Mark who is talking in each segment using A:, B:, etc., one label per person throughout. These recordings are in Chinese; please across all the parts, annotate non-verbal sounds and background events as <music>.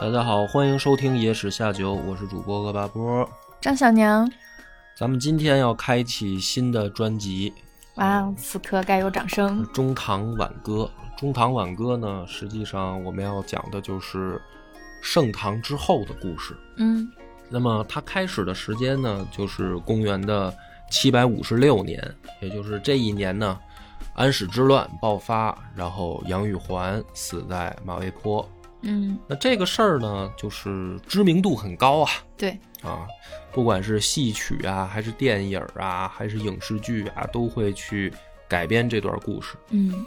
A: 大家好，欢迎收听《野史下酒》，我是主播恶霸波。
B: 张小娘，
A: 咱们今天要开启新的专辑，
B: 哇，此刻该有掌声。
A: 中唐挽歌。中唐挽歌呢，实际上我们要讲的就是盛唐之后的故事。
B: 嗯
A: 那么它开始的时间呢，就是公元的七百五十六年，也就是这一年呢，安史之乱爆发，然后杨玉环死在马嵬坡。
B: 嗯，
A: 那这个事儿呢，就是知名度很高啊
B: 对，
A: 啊，不管是戏曲啊，还是电影啊，还是影视剧啊，都会去改编这段故事。
B: 嗯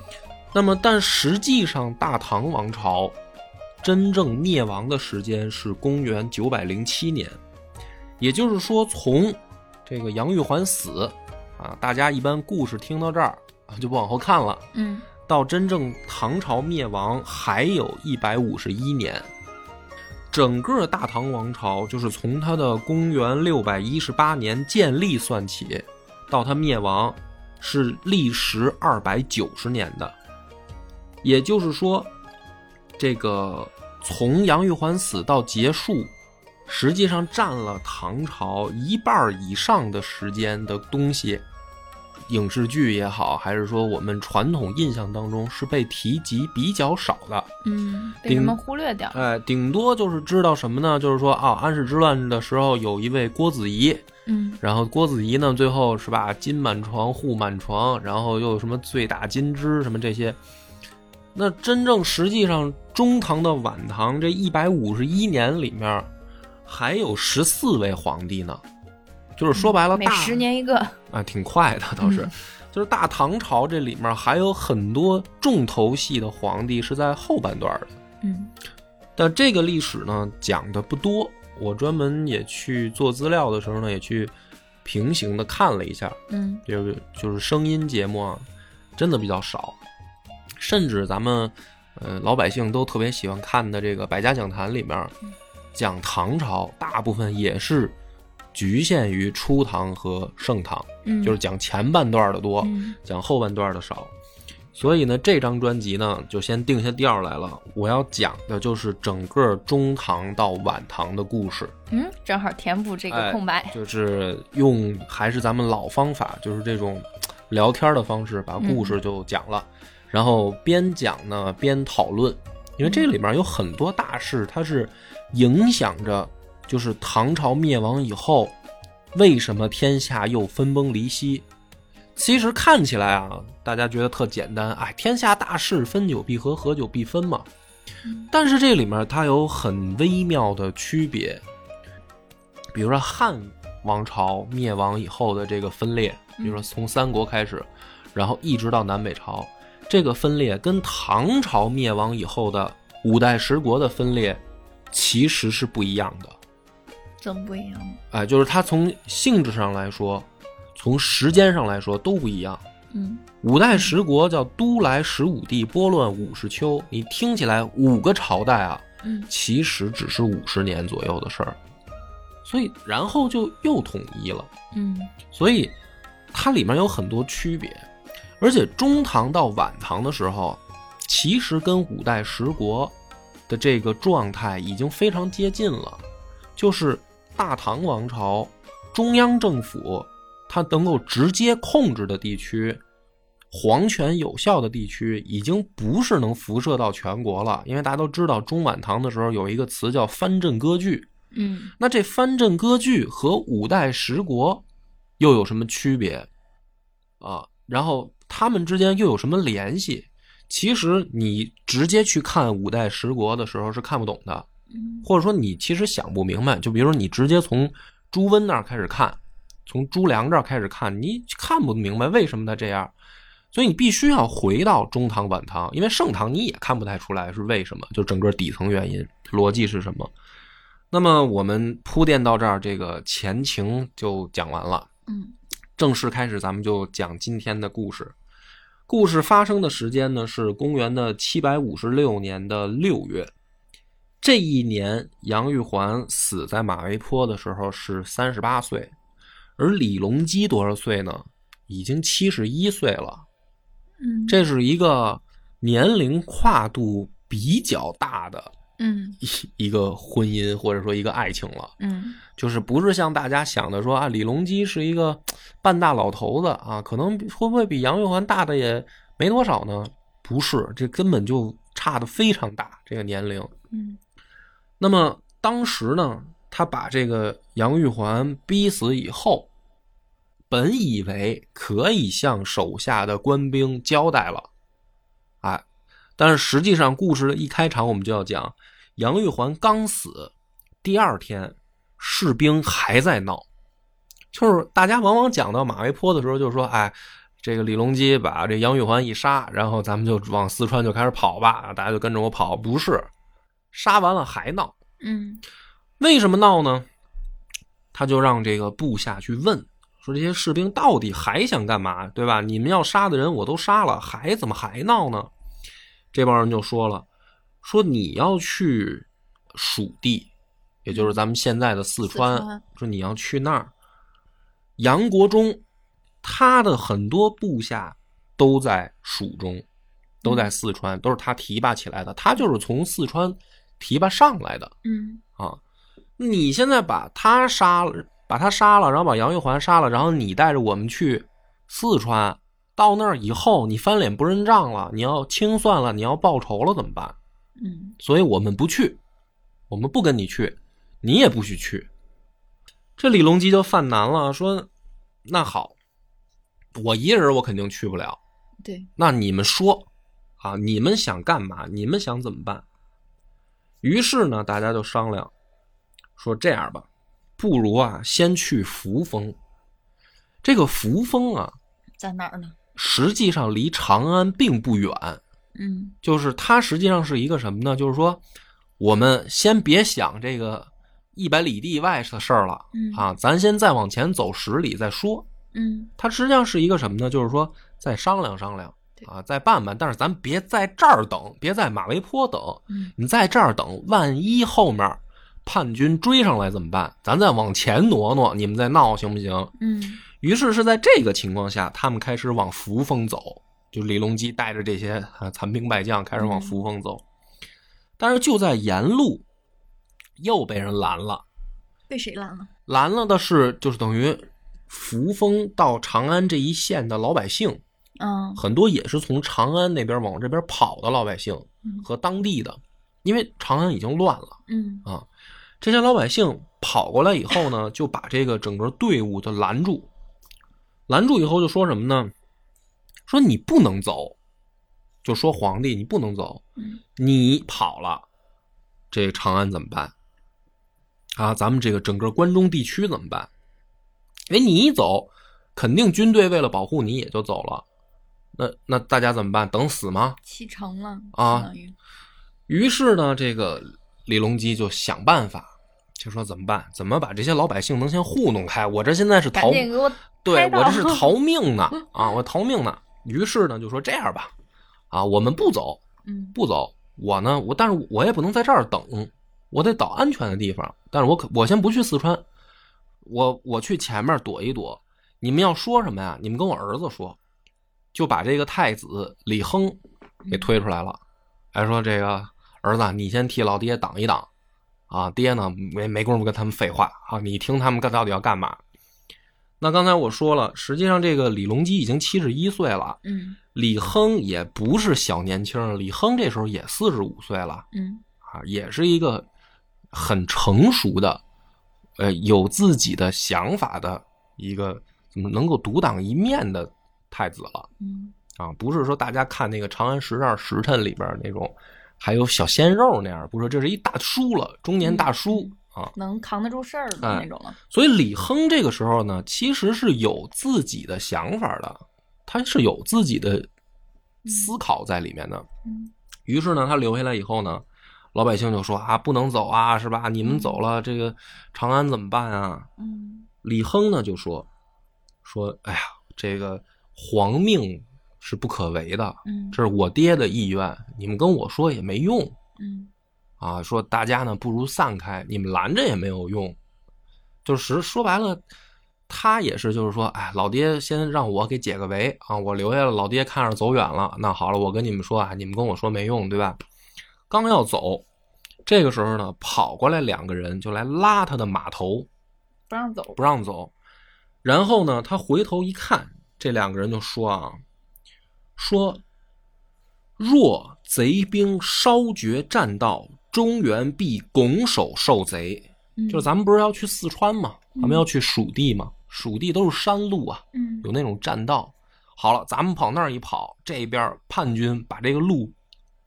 A: 那么，但实际上，大唐王朝真正灭亡的时间是公元九百零七年，也就是说，从这个杨玉环死啊，大家一般故事听到这儿啊就不往后看了，
B: 嗯
A: 到真正唐朝灭亡还有一百五十一年。整个大唐王朝就是从它的公元六百一十八年建立算起，到它灭亡是历时二百九十年的。也就是说，这个从杨玉环死到结束，实际上占了唐朝一半儿以上的时间的东西，影视剧也好，还是说我们传统印象当中是被提及比较少的。
B: 嗯，被
A: 顶
B: 人们忽略掉。
A: 哎，顶多就是知道什么呢？就是说啊，安史之乱的时候有一位郭子仪，
B: 嗯
A: 然后郭子仪呢，最后是吧，金满床，护满床，然后又有什么醉打金枝什么这些。那真正实际上中唐到晚唐这一百五十一年里面，还有十四位皇帝呢，就是说白了
B: 每
A: 大
B: 十年一个。
A: 啊，挺快的倒是
B: 嗯，
A: 就是大唐朝这里面还有很多重头戏的皇帝是在后半段的。
B: 嗯
A: 但这个历史呢讲的不多，我专门也去做资料的时候呢，也去平行的看了一下，
B: 嗯
A: 就是就是声音节目啊，真的比较少，甚至咱们呃老百姓都特别喜欢看的这个百家讲坛里面讲唐朝，大部分也是局限于初唐和盛唐，
B: 嗯，
A: 就是讲前半段的多，
B: 嗯
A: 讲后半段的少。所以呢，这张专辑呢就先定下调来了。我要讲的就是整个中唐到晚唐的故事，
B: 嗯，正好填补这个
A: 哎
B: 空白。
A: 就是用还是咱们老方法，就是这种聊天的方式把故事就讲了，然后边讲呢边讨论，因为这里面有很多大事，它是影响着就是唐朝灭亡以后，为什么天下又分崩离析。其实看起来啊，大家觉得特简单，哎，天下大势分久必合，合久必分嘛。但是这里面它有很微妙的区别，比如说汉王朝灭亡以后的这个分裂，比如说从三国开始，然后一直到南北朝，这个分裂跟唐朝灭亡以后的五代十国的分裂其实是不一样的。
B: 怎么不一样？
A: 哎，就是它从性质上来说，从时间上来说都不一样。
B: 嗯
A: 五代十国叫都来十五帝，拨乱五十秋。你听起来五个朝代啊，
B: 嗯
A: 其实只是五十年左右的事儿，所以然后就又统一了。
B: 嗯
A: 所以它里面有很多区别，而且中唐到晚唐的时候，其实跟五代十国的这个状态已经非常接近了，就是大唐王朝中央政府它能够直接控制的地区。皇权有效的地区已经不是能辐射到全国了，因为大家都知道中晚唐的时候有一个词叫藩镇割据，
B: 嗯
A: 那这藩镇割据和五代十国又有什么区别啊？然后他们之间又有什么联系？其实你直接去看五代十国的时候是看不懂的，
B: 嗯
A: 或者说你其实想不明白。就比如说你直接从朱温那儿开始看，从朱良这儿开始看，你看不明白为什么他这样。所以你必须要回到中唐、晚唐，因为盛唐你也看不太出来是为什么，就整个底层原因逻辑是什么。那么我们铺垫到这儿，这个前情就讲完了。
B: 嗯
A: 正式开始，咱们就讲今天的故事。故事发生的时间呢是公元的七百五十六年的六月。这一年，杨玉环死在马嵬坡的时候是三十八岁，而李隆基多少岁呢？已经七十一岁了。
B: 嗯，
A: 这是一个年龄跨度比较大的
B: 嗯
A: 一个婚姻或者说一个爱情了。
B: 嗯
A: 就是不是像大家想的说啊，李隆基是一个半大老头子啊，可能比会不会比杨玉环大的也没多少呢？不是，这根本就差的非常大，这个年龄。
B: 嗯
A: 那么当时呢，他把这个杨玉环逼死以后，本以为可以向手下的官兵交代了，哎，但是实际上故事的一开场我们就要讲，杨玉环刚死，第二天士兵还在闹，就是大家往往讲到马嵬坡的时候，就说哎。这个李隆基把这杨玉环一杀，然后咱们就往四川就开始跑吧，大家就跟着我跑。不是，杀完了还闹，
B: 嗯
A: 为什么闹呢？他就让这个部下去问，说这些士兵到底还想干嘛，对吧？你们要杀的人我都杀了，还怎么还闹呢？这帮人就说了，说你要去蜀地，也就是咱们现在的四川，
B: 四川
A: 说你要去那儿。杨国忠他的很多部下都在蜀中，都在四川，都是他提拔起来的，他就是从四川提拔上来的。
B: 嗯
A: 啊，你现在把他杀了，把他杀了，然后把杨玉环杀了，然后你带着我们去四川，到那儿以后你翻脸不认账了，你要清算了，你要报仇了，怎么办？
B: 嗯
A: 所以我们不去，我们不跟你去，你也不许去。这李隆基就犯难了，说：“那好，我一个人我肯定去不了，
B: 对，
A: 那你们说啊，你们想干嘛？你们想怎么办？于是呢，大家就商量，说这样吧，不如啊，先去扶风。这个扶风啊，
B: 在哪儿呢？
A: 实际上离长安并不远，
B: 嗯
A: 就是它实际上是一个什么呢？就是说，我们先别想这个一百里地以外的事儿了
B: 嗯
A: 啊，咱先再往前走十里再说。
B: 嗯
A: 它实际上是一个什么呢？就是说再商量商量
B: 对
A: 啊，再办办。但是咱别在这儿等，别在马嵬坡等，
B: 嗯
A: 你在这儿等，万一后面叛军追上来怎么办？咱再往前挪挪，你们再闹行不行？
B: 嗯
A: 于是是在这个情况下，他们开始往扶风走，就李隆基带着这些啊残兵败将开始往
B: 嗯
A: 扶风走。但是就在沿路，又被人拦了。
B: 被谁拦了？
A: 拦了的是就是等于扶风到长安这一线的老百姓，
B: 嗯
A: 很多也是从长安那边往这边跑的老百姓
B: 嗯
A: 和当地的，因为长安已经乱了，
B: 嗯
A: 这些老百姓跑过来以后呢，就把这个整个队伍就拦住，拦住以后就说什么呢？说你不能走，就说皇帝你不能走，
B: 嗯
A: 你跑了，这长安怎么办？啊，咱们这个整个关中地区怎么办？哎，你一走，肯定军队为了保护你也就走了，那那大家怎么办？等死吗？
B: 弃城了
A: 啊
B: 相当于
A: 于是呢，这个李隆基就想办法，就说怎么办？怎么把这些老百姓能先糊弄开？我这现在是逃
B: 赶，紧给我
A: 对
B: 开
A: 我这
B: 导
A: 是逃命呢啊，我逃命呢。于是呢，就说这样吧，啊，我们不走，
B: 嗯
A: 不走，我呢，我但是我也不能在这儿等，我得找安全的地方。但是我可我先不去四川，我我去前面躲一躲。你们要说什么呀？你们跟我儿子说，就把这个太子李亨给推出来了，还说这个儿子啊，你先替老爹挡一挡啊，爹呢没没工夫跟他们废话啊，你听他们干到底要干嘛？那刚才我说了，实际上这个李隆基已经七十一岁了，
B: 嗯
A: 李亨也不是小年轻儿，李亨这时候也四十五岁了
B: 嗯
A: 啊，也是一个很成熟的，呃，有自己的想法的一个怎么能够独当一面的太子了
B: 嗯
A: 啊，不是说大家看那个《长安十二时辰》里边那种还有小鲜肉那样，不是，这是一大叔了，中年大叔啊。
B: 能扛得住事儿的
A: 哎
B: 那种了。
A: 所以李亨这个时候呢，其实是有自己的想法的，他是有自己的思考在里面的。
B: 嗯
A: 于是呢，他留下来以后呢，老百姓就说啊，不能走啊，是吧？你们走了，这个长安怎么办啊？
B: 嗯
A: 李亨呢就说，说哎呀，这个皇命是不可违的，
B: 嗯
A: 这是我爹的意愿，你们跟我说也没用
B: 嗯
A: 啊。说大家呢不如散开，你们拦着也没有用。就是说白了，他也是就是说，哎，老爹先让我给解个围啊，我留下了，老爹看着走远了，那好了，我跟你们说啊，你们跟我说没用，对吧？刚要走，这个时候呢，跑过来两个人就来拉他的马头，
B: 不让走
A: 不让走。然后呢，他回头一看，这两个人就说啊，说若贼兵稍觉占道，中原必拱手受贼。
B: 嗯
A: 就是咱们不是要去四川嘛，咱们要去蜀地嘛，蜀地都是山路啊，
B: 嗯
A: 有那种栈道。好了，咱们跑那儿一跑，这边叛军把这个路，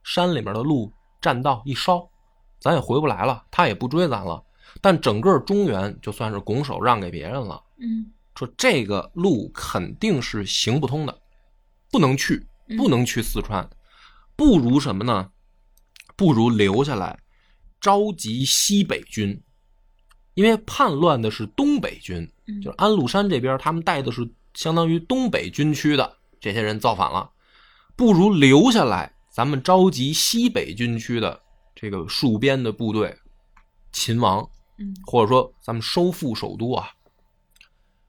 A: 山里面的路栈道一烧，咱也回不来了，他也不追咱了。但整个中原就算是拱手让给别人了，
B: 嗯
A: 说这个路肯定是行不通的，不能去，
B: 嗯
A: 不能去四川，不如什么呢？不如留下来，召集西北军，因为叛乱的是东北军，
B: 嗯
A: 就是安禄山这边，他们带的是相当于东北军区的这些人造反了，不如留下来，咱们召集西北军区的这个戍边的部队，秦王，
B: 嗯
A: 或者说咱们收复首都啊。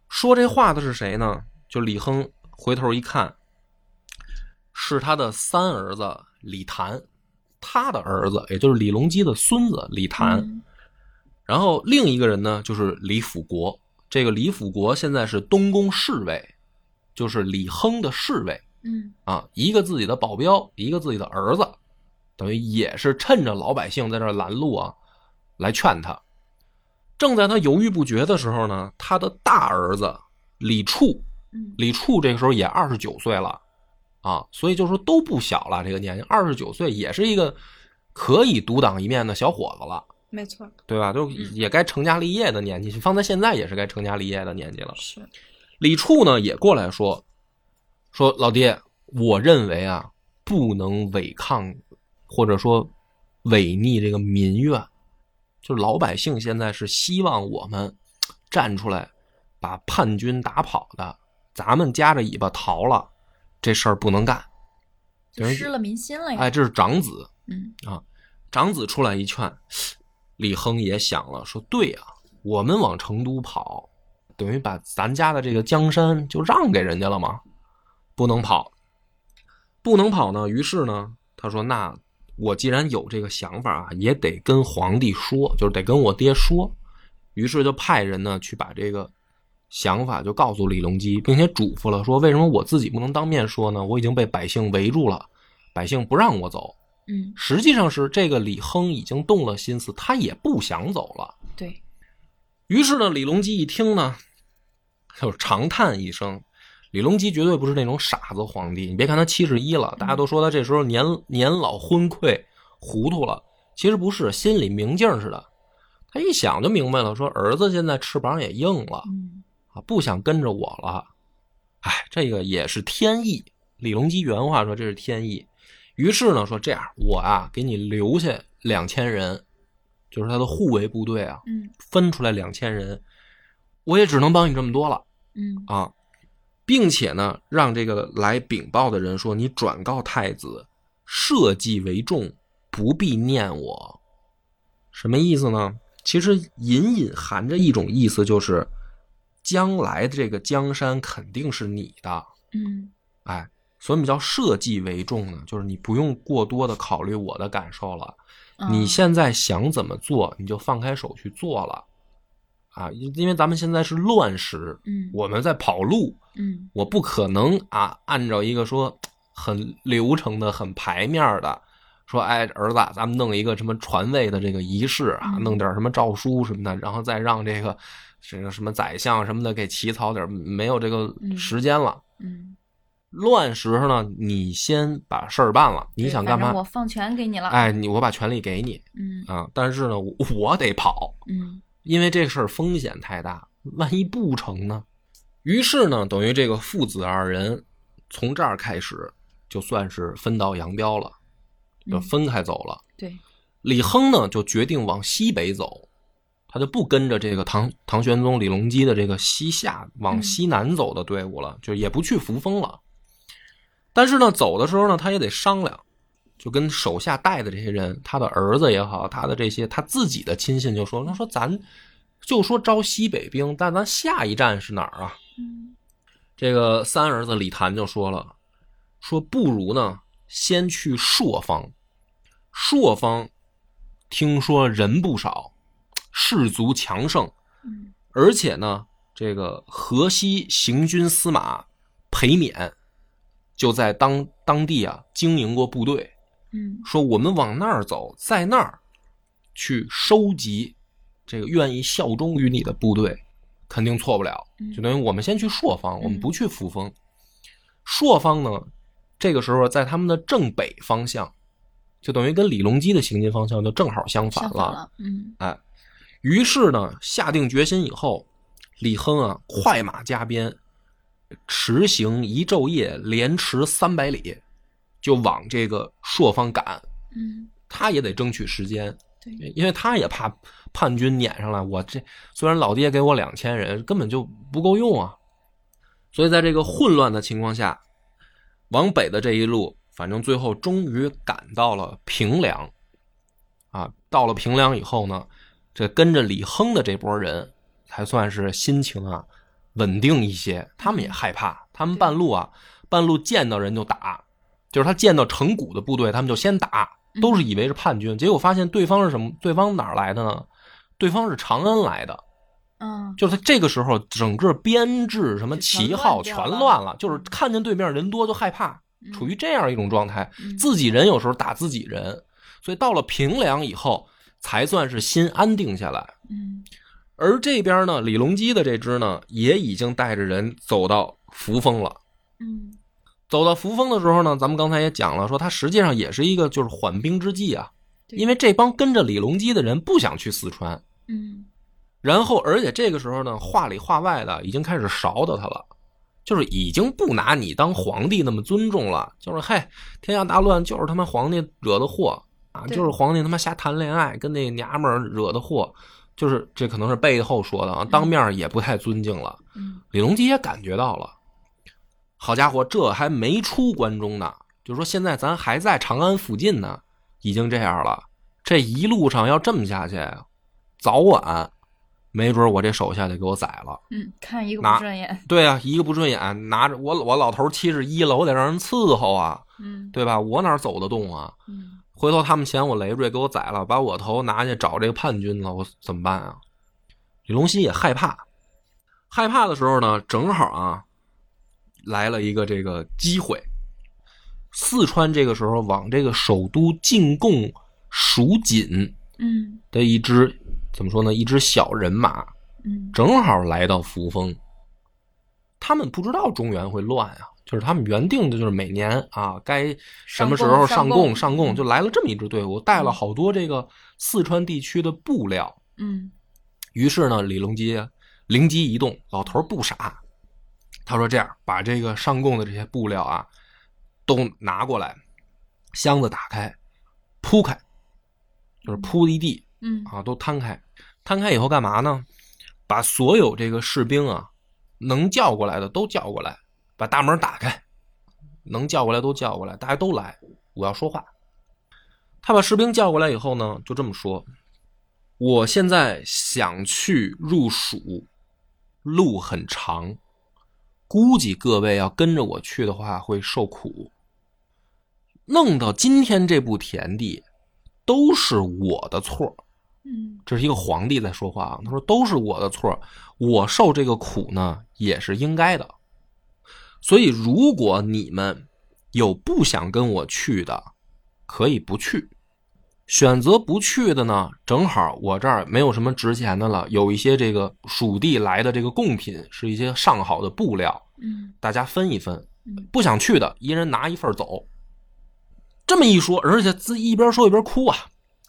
A: 说这话的是谁呢？就李亨回头一看，是他的三儿子李谭，他的儿子，也就是李隆基的孙子李谭。
B: 嗯
A: 然后另一个人呢，就是李辅国。这个李辅国现在是东宫侍卫，就是李亨的侍卫
B: 嗯
A: 啊，一个自己的保镖，一个自己的儿子，等于也是趁着老百姓在这儿拦路啊，来劝他。正在他犹豫不决的时候呢，他的大儿子李处，
B: 嗯
A: 李处这个时候也二十九岁了啊，所以就说都不小了，这个年龄二十九岁也是一个可以独当一面的小伙子了。
B: 没错
A: 对吧？都也该成家立业的年纪，放在现在也是该成家立业的年纪了。
B: 是
A: 李处呢也过来说，说老爹，我认为啊，不能违抗或者说违逆这个民怨，就是老百姓现在是希望我们站出来把叛军打跑的，咱们夹着尾巴逃了，这事儿不能干。
B: 就
A: 等于
B: 失了民心了呀
A: 哎，这是长子，啊
B: 嗯
A: 长子出来一劝，李亨也想了，说：“对呀、我们往成都跑，等于把咱家的这个江山就让给人家了嘛，不能跑，不能跑呢。”于是呢，他说：“那我既然有这个想法啊，也得跟皇帝说，就是得跟我爹说。”于是就派人呢去把这个想法就告诉李隆基，并且嘱咐了说：“为什么我自己不能当面说呢？我已经被百姓围住了，百姓不让我走。”
B: 嗯
A: 实际上是这个李亨已经动了心思，他也不想走了。
B: 对
A: 于是呢，李隆基一听呢，就长叹一声。李隆基绝对不是那种傻子皇帝，你别看他七十一了，大家都说他这时候年年老昏聩、糊涂了，其实不是，心里明镜似的。他一想就明白了，说儿子现在翅膀也硬了，
B: 嗯
A: 啊，不想跟着我了。哎，这个也是天意。李隆基原话说这是天意。于是呢，说这样，我啊给你留下两千人，就是他的护卫部队啊，
B: 嗯
A: 分出来两千人，我也只能帮你这么多了
B: 嗯
A: 啊，并且呢，让这个来禀报的人说，你转告太子，社稷为重，不必念我。什么意思呢？其实隐隐含着一种意思，就是将来的这个江山肯定是你的，
B: 嗯
A: 哎，所以我们叫社稷为重呢，就是你不用过多的考虑我的感受了。
B: 啊
A: 你现在想怎么做，你就放开手去做了，啊，因因为咱们现在是乱世，
B: 嗯
A: 我们在跑路，
B: 嗯
A: 我不可能啊，按照一个说很流程的、很排面的，说，哎，儿子啊，咱们弄一个什么传位的这个仪式啊，
B: 嗯
A: 弄点什么诏书什么的，然后再让这个这个什么宰相什么的给起草点儿，没有这个
B: 嗯
A: 时间了。
B: 嗯
A: 乱时候呢，你先把事儿办了，你
B: 对
A: 想
B: 反
A: 干
B: 正
A: 嘛？
B: 我放权给你了
A: 哎，你我把权力给你，
B: 嗯
A: 啊，但是呢，我我得跑，
B: 嗯
A: 因为这事儿风险太大，万一不成呢？于是呢，等于这个父子二人从这儿开始就算是分道扬镳了，就
B: 嗯
A: 分开走了。
B: 对
A: 李亨呢就决定往西北走，他就不跟着这个唐唐玄宗李隆基的这个西夏往
B: 嗯
A: 西南走的队伍了，就也不去扶风了。但是呢，走的时候呢，他也得商量，就跟手下带的这些人，他的儿子也好，他的这些他自己的亲信就说，他说咱就说招西北兵，但咱下一站是哪儿啊？
B: 嗯
A: 这个三儿子李谭就说了，说不如呢，先去朔方，朔方听说人不少，士卒强盛，
B: 嗯
A: 而且呢，这个河西行军司马裴冕就在当当地啊经营过部队，
B: 嗯
A: 说我们往那儿走，在那儿去收集这个愿意效忠于你的部队，肯定错不了。
B: 嗯
A: 就等于我们先去朔方，我们
B: 嗯
A: 不去扶风。朔方呢，这个时候在他们的正北方向，就等于跟李隆基的行进方向就正好相反
B: 相
A: 了。
B: 反了，嗯
A: 于是呢，下定决心以后，李亨啊，快马加鞭，驰行一昼夜，连驰三百里，就往这个朔方赶。
B: 嗯，
A: 他也得争取时间，
B: 对，
A: 因为他也怕叛军撵上来。我这虽然老爹给我两千人，根本就不够用啊。所以在这个混乱的情况下，往北的这一路，反正最后终于赶到了平凉。啊，到了平凉以后呢，这跟着李亨的这波人才算是心情啊稳定一些。他们也害怕，他们半路啊，半路见到人就打，就是他见到城鼓的部队，他们就先打，都
B: 嗯
A: 是以为是叛军，结果发现对方是什么？对方哪儿来的呢？对方是长安来的，
B: 嗯，
A: 就是他这个时候整个编制什么
B: 就全
A: 旗号
B: 乱
A: 全
B: 掉
A: 乱
B: 了
A: 了，就是看见对面人多就害怕，
B: 嗯
A: 处于这样一种状态，
B: 嗯
A: 自己人有时候打自己人，所以到了平凉以后才算是心安定下来。
B: 嗯
A: 而这边呢，李隆基的这支呢，也已经带着人走到扶风了。
B: 嗯
A: 走到扶风的时候呢，咱们刚才也讲了，说他实际上也是一个就是缓兵之计啊，
B: 对
A: 因为这帮跟着李隆基的人不想去四川，
B: 嗯
A: 然后而且这个时候呢，话里话外的已经开始勺到他了，就是已经不拿你当皇帝那么尊重了，就是嘿，天下大乱就是他妈皇帝惹的祸啊，
B: 对
A: 就是皇帝他妈瞎谈恋爱，跟那娘们儿惹的祸，就是这可能是背后说的啊，当面也不太尊敬了。
B: 嗯
A: 李隆基也感觉到了，好家伙，这还没出关中呢，就是说现在咱还在长安附近呢，已经这样了，这一路上要这么下去，早晚没准我这手下就给我宰了。
B: 嗯，看一个
A: 拿
B: 不顺眼，
A: 对啊，一个不顺眼，拿着我我老头七十一了，我得让人伺候啊，
B: 嗯
A: 对吧？我哪走得动啊？
B: 嗯
A: 回头他们嫌我累赘，给我宰了，把我头拿去找这个叛军了，我怎么办啊？李隆基也害怕，害怕的时候呢，正好啊，来了一个这个机会。四川这个时候往这个首都进贡蜀锦
B: 嗯
A: 的一支怎么说呢？一支小人马
B: 嗯，
A: 正好来到扶风，他们不知道中原会乱啊，就是他们原定的就是每年啊，该什么时候上
B: 上
A: 供上
B: 供上供
A: 供，就来了这么一支队伍，带了好多这个四川地区的布料。
B: 嗯
A: 于是呢，李隆基灵机一动，老头儿不傻，他说：“这样，把这个上供的这些布料啊，都拿过来，箱子打开，铺开，就是铺一地，
B: 嗯
A: 啊，都摊开。摊开以后干嘛呢？把所有这个士兵啊，能叫过来的都叫过来，把大门打开，能叫过来都叫过来，大家都来，我要说话。他把士兵叫过来以后呢，就这么说：我现在想去入蜀，路很长，估计各位要跟着我去的话会受苦。弄到今天这步田地，都是我的错儿。
B: 嗯
A: 这是一个皇帝在说话啊，他说都是我的错，我受这个苦呢也是应该的。所以如果你们有不想跟我去的，可以不去。选择不去的呢，正好我这儿没有什么值钱的了，有一些这个蜀地来的这个贡品，是一些上好的布料，
B: 嗯
A: 大家分一分。
B: 嗯
A: 不想去的，一人拿一份走。这么一说，而且自一边说一边哭啊，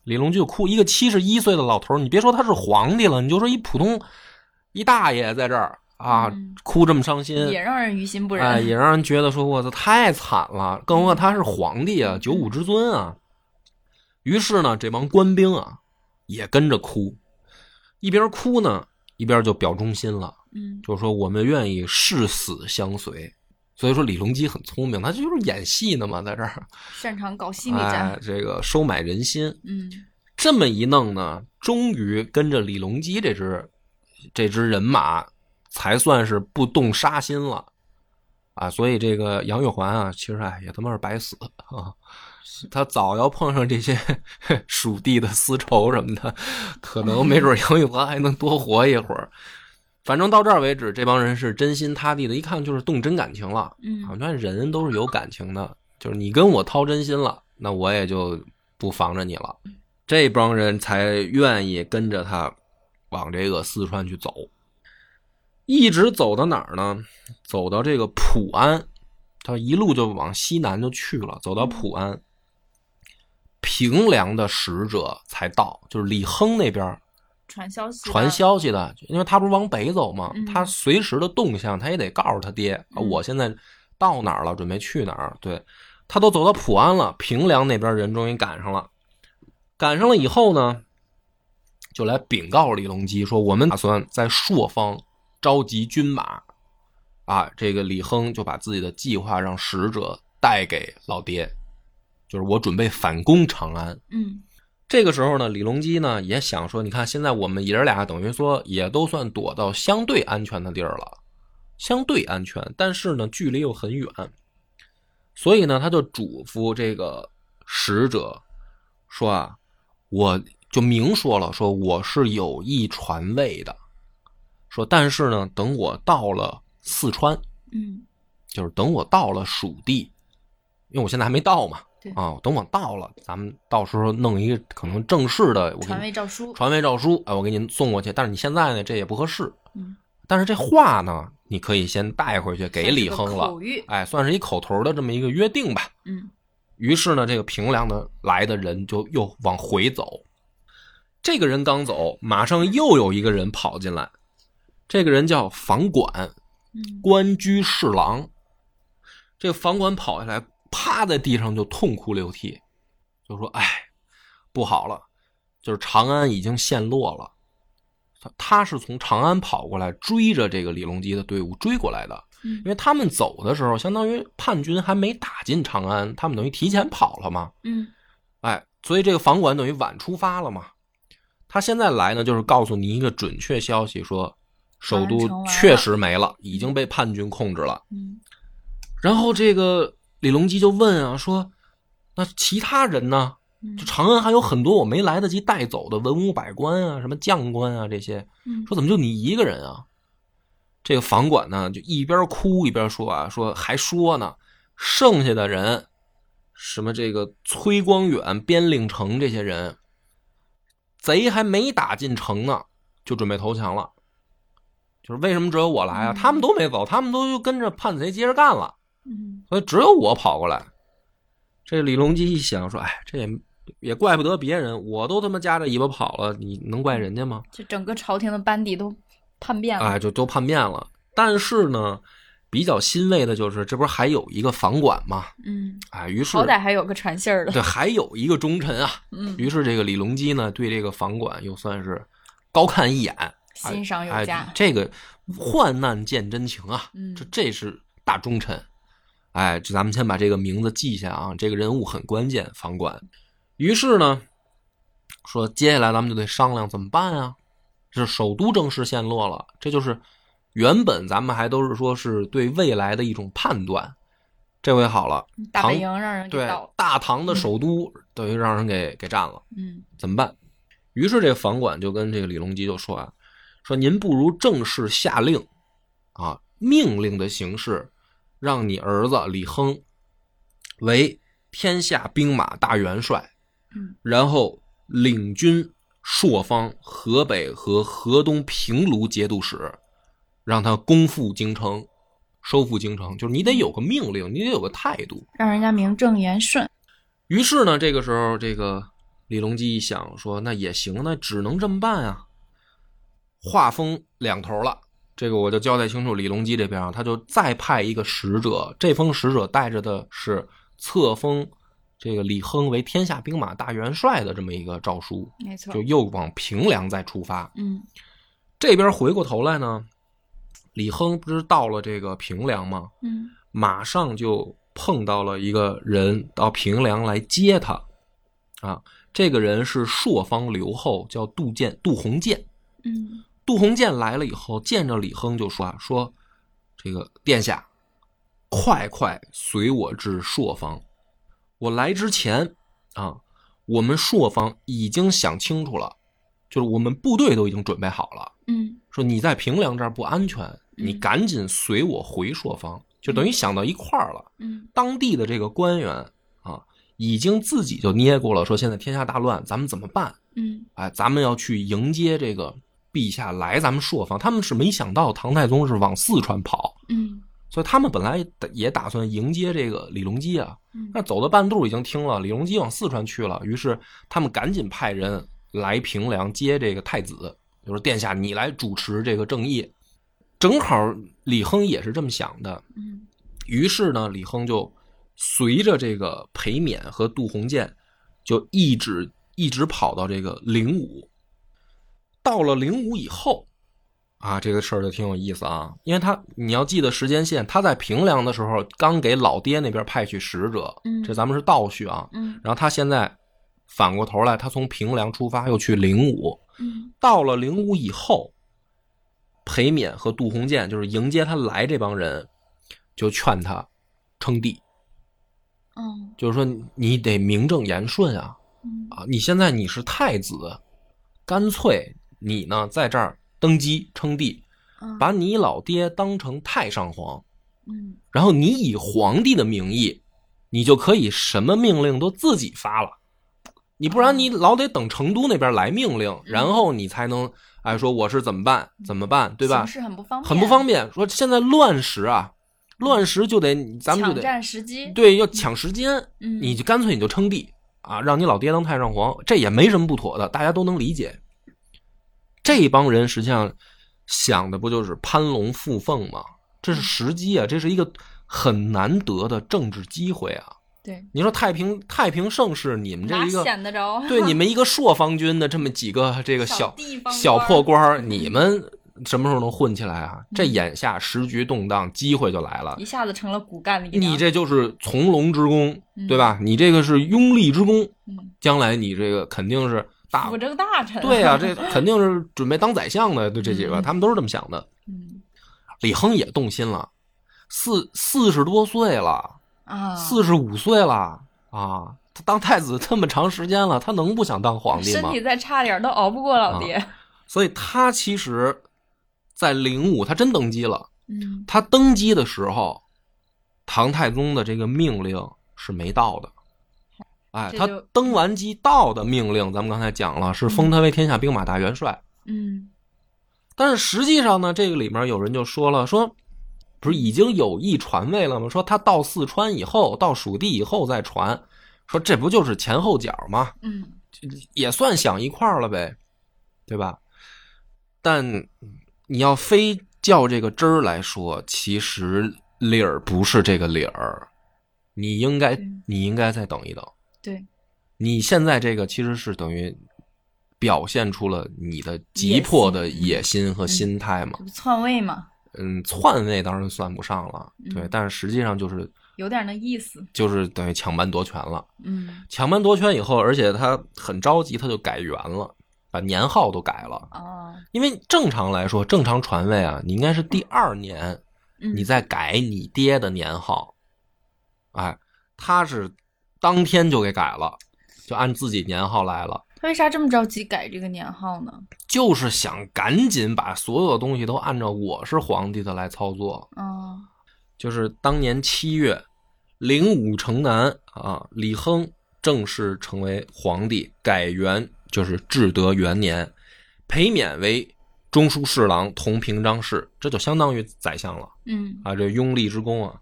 A: 李隆基就哭。一个七十一岁的老头儿，你别说他是皇帝了，你就说一普通一大爷在这儿啊，
B: 嗯
A: 哭这么伤心，
B: 也让人于心不忍，
A: 哎，也让人觉得说我操太惨了，更何况他是皇帝
B: 嗯
A: 啊，九五之尊啊。于是呢，这帮官兵啊也跟着哭，一边哭呢，一边就表忠心了。
B: 嗯
A: 就是说我们愿意誓死相随。所以说李隆基很聪明，他就是演戏呢嘛，在这儿，
B: 擅长搞心理战
A: 哎，，这个收买人心。
B: 嗯
A: 这么一弄呢，终于跟着李隆基这支这支人马才算是不动杀心了。啊，所以这个杨玉环啊，其实哎也他妈是白死啊。 <laughs> 他早要碰上这些 <laughs> 属地的丝绸什么的，可能没准杨玉环还能多活一会儿。反正到这儿为止，这帮人是真心塌地的，一看就是动真感情了。啊，
B: 嗯
A: 那人都是有感情的，就是你跟我掏真心了，那我也就不防着你了。这帮人才愿意跟着他往这个四川去走，一直走到哪儿呢？走到这个普安，他一路就往西南就去了，走到普安。平凉的使者才到，就是李亨那边儿
B: 传消息，
A: 传，消息的，因为他不是往北走嘛，
B: 嗯
A: 他随时的动向他也得告诉他爹，啊
B: 嗯
A: 我现在到哪儿了，准备去哪儿。对他都走到普安了，平凉那边人终于赶上了，赶上了以后呢，就来禀告李隆基说，我们打算在朔方召集军马，啊，这个李亨就把自己的计划让使者带给老爹，就是我准备反攻长安。
B: 嗯
A: 这个时候呢，李隆基呢也想说，你看现在我们爷儿俩等于说也都算躲到相对安全的地儿了，相对安全，但是呢距离又很远，所以呢他就嘱咐这个使者说啊，我就明说了，说我是有意传位的，说但是呢等我到了四川，
B: 嗯
A: 就是等我到了蜀地，因为我现在还没到嘛
B: 对，
A: 啊，等我到了，咱们到时候弄一个可能正式的我给
B: 传
A: 你
B: 位诏书，
A: 传位诏书，哎，我给您送过去。但是你现在呢，这也不合适。
B: 嗯，
A: 但是这话呢，你可以先带回去给
B: 算是
A: 李
B: 个
A: 亨了
B: 口，谕，
A: 哎，算是一口头的这么一个约定吧。
B: 嗯
A: 于是呢，这个平凉的来的人就又往回走。这个人刚走，马上又有一个人跑进来，这个人叫房管，
B: 嗯，
A: 官居侍郎。这个房管跑下来，趴在地上就痛哭流涕，就说：“哎，不好了，就是长安已经陷落了。”他他是从长安跑过来，追着这个李隆基的队伍追过来的。
B: 嗯
A: 因为他们走的时候，相当于叛军还没打进长安，他们等于提前跑了嘛。
B: 嗯
A: 哎，所以这个房管等于晚出发了嘛。他现在来呢，就是告诉你一个准确消息，说首
B: 长安
A: 都
B: 城完了
A: 确实没了，已经被叛军控制了。
B: 嗯
A: 然后这个李隆基就问啊，说那其他人呢？
B: 嗯
A: 就长安还有很多我没来得及带走的文武百官啊，什么将官啊这些，
B: 嗯，
A: 说怎么就你一个人啊？这个房管呢，就一边哭一边说啊，说还说呢，剩下的人，什么这个崔光远、边令城这些人，贼还没打进城呢，就准备投降了。就是为什么只有我来啊？
B: 嗯
A: 他们都没走，他们都就跟着叛贼接着干了。
B: 嗯
A: 所以只有我跑过来。这李隆基一想说，哎，这也也怪不得别人，我都他妈夹着尾巴跑了，你能怪人家吗？
B: 这整个朝廷的班底都叛变了，
A: 哎，就都叛变了。但是呢，比较欣慰的就是，这不是还有一个房管吗？
B: 嗯，
A: 哎，于是
B: 好歹还有个传信儿的，
A: 对，还有一个忠臣啊。
B: 嗯，
A: 于是这个李隆基呢，对这个房管又算是高看一眼，
B: 欣赏有
A: 哎
B: 加，，
A: 这个患难见真情啊，
B: 嗯
A: 这这是大忠臣。哎，这咱们先把这个名字记下啊，这个人物很关键，房管。于是呢，说接下来咱们就得商量怎么办啊？这首都正式陷落了，这就是原本咱们还都是说是对未来的一种判断，这回好了，
B: 大
A: 唐
B: 本营让人给
A: 对
B: 倒了，
A: 大唐的首都等于让人给给占了。
B: 嗯
A: 怎么办？于是这房管就跟这个李隆基就说啊，说您不如正式下令，啊，命令的形式，让你儿子李亨为天下兵马大元帅，
B: 嗯，
A: 然后领军朔方、河北和河东平卢节度使，让他攻复京城，收复京城，就是你得有个命令，你得有个态度。
B: 让人家名正言顺，
A: 于是呢，这个时候，这个李隆基一想说，那也行，那只能这么办啊。话锋两头了，这个我就交代清楚。李隆基这边啊，他就再派一个使者，这封使者带着的是册封这个李亨为天下兵马大元帅的这么一个诏书，
B: 没错
A: 就，又往平凉再出发。
B: 嗯
A: 这边回过头来呢，李亨不是到了这个平凉吗？
B: 嗯
A: 马上就碰到了一个人到平凉来接他，啊，这个人是朔方留后，叫杜建杜鸿建。
B: 嗯
A: 杜鸿建来了以后，见着李亨就说啊，说这个殿下，快快随我至朔方。我来之前啊，我们朔方已经想清楚了，就是我们部队都已经准备好了，
B: 嗯
A: 说你在平凉这儿不安全，你
B: 嗯
A: 赶紧随我回朔方，就等于想到一块儿了。
B: 嗯
A: 当地的这个官员啊，已经自己就捏过了，说现在天下大乱，咱们怎么办？
B: 嗯
A: 哎，咱们要去迎接这个陛下来咱们朔方。他们是没想到唐太宗是往四川跑，
B: 嗯
A: 所以他们本来也打算迎接这个李隆基啊，
B: 嗯
A: 但走到半路已经听了李隆基往四川去了，于是他们赶紧派人来平凉接这个太子，就是殿下你来主持这个正义。正好李亨也是这么想的，
B: 嗯
A: 于是呢，李亨就随着这个裴冕和杜鸿渐，就一直一直跑到这个灵武。到了灵武以后，啊，这个事儿就挺有意思啊，因为他你要记得时间线，他在平凉的时候刚给老爹那边派去使者，
B: 嗯
A: 这咱们是倒叙啊。
B: 嗯
A: 然后他现在反过头来，他从平凉出发又去灵武，
B: 嗯
A: 到了灵武以后，裴冕和杜鸿渐就是迎接他来这帮人，就劝他称帝，
B: 嗯
A: 就是说你得名正言顺啊
B: 嗯
A: 啊！你现在你是太子，干脆你呢在这儿登基称帝，
B: 嗯
A: 把你老爹当成太上皇，
B: 嗯
A: 然后你以皇帝的名义，你就可以什么命令都自己发了。你不然你老得等成都那边来命
B: 嗯
A: 令，然后你才能哎说我是怎么办怎么办，对吧
B: 形？势很不方便，
A: 很不方便。说现在乱时啊，乱时就得咱们就
B: 抢
A: 得
B: 占时机，
A: 对要抢时间，
B: 嗯，
A: 你就干脆你就称帝啊，让你老爹当太上皇，这也没什么不妥的，大家都能理解。这帮人实际上想的不就是攀龙附凤吗？这是时机啊，这是一个很难得的政治机会啊！
B: 对
A: 你说太平太平盛世，你们这
B: 哪
A: 一个
B: 显得着？
A: 对你们一个朔方军的这么几个 <laughs> 这个小
B: 地方
A: 小
B: 官嗯
A: 破官儿，你们什么时候能混起来啊？这眼下时局动荡，机会就来了
B: 一。下子成了骨干力量，
A: 你这就是从龙之功，对吧？你这个是拥立之功，
B: 嗯
A: 将来你这个肯定是大
B: 辅，政大臣，
A: 对
B: <laughs>
A: 啊，这肯定是准备当宰相的，就这几个，
B: 嗯
A: 他们都是这么想的。
B: 嗯
A: 李亨也动心了，四四十多岁了，
B: 啊，
A: 四十五岁了啊，他当太子这么长时间了，他能不想当皇帝啊
B: 身
A: 吗？
B: 体再差点儿都熬不过老爹，
A: 所以他其实，在灵武他真登基了。
B: 嗯
A: 他登基的时候，唐太宗的这个命令是没到的。哎，
B: 这
A: 他
B: 就
A: 登完基到的命令，咱们刚才讲了，是封他为天下兵马大元帅。
B: 嗯
A: 但是实际上呢，这个里面有人就说了，说不是已经有意传位了吗？说他到四川以后，到蜀地以后再传，说这不就是前后脚吗？
B: 嗯
A: 也算想一块儿了呗，对吧？但你要非较这个真儿来说，其实理儿不是这个理儿，你应该
B: 嗯
A: 你应该再等一等。
B: 对，
A: 你现在这个其实是等于表现出了你的急迫的野
B: 野
A: 心和心态嘛
B: 这。不篡位嘛，
A: 嗯，篡位当然算不上了，对，
B: 嗯
A: 但是实际上就是
B: 有点那意思，
A: 就是等于抢班夺权了。
B: 嗯
A: 抢班夺权以后，而且他很着急，他就改元了，把年号都改了。
B: 啊，
A: 因为正常来说，正常传位啊，你应该是第二年
B: 嗯
A: 你再改你爹的年号，哎，他是当天就给改了，就按自己年号来了，
B: 他为啥这么着急改这个年号呢？
A: 就是想赶紧把所有东西都按照我是皇帝的来操作。
B: 啊，
A: 就是当年七月，灵武城南啊，李亨正式成为皇帝，改元就是至德元年，裴冕为中书侍郎、同平章事，这就相当于宰相了
B: 嗯
A: 啊，这拥立之功啊。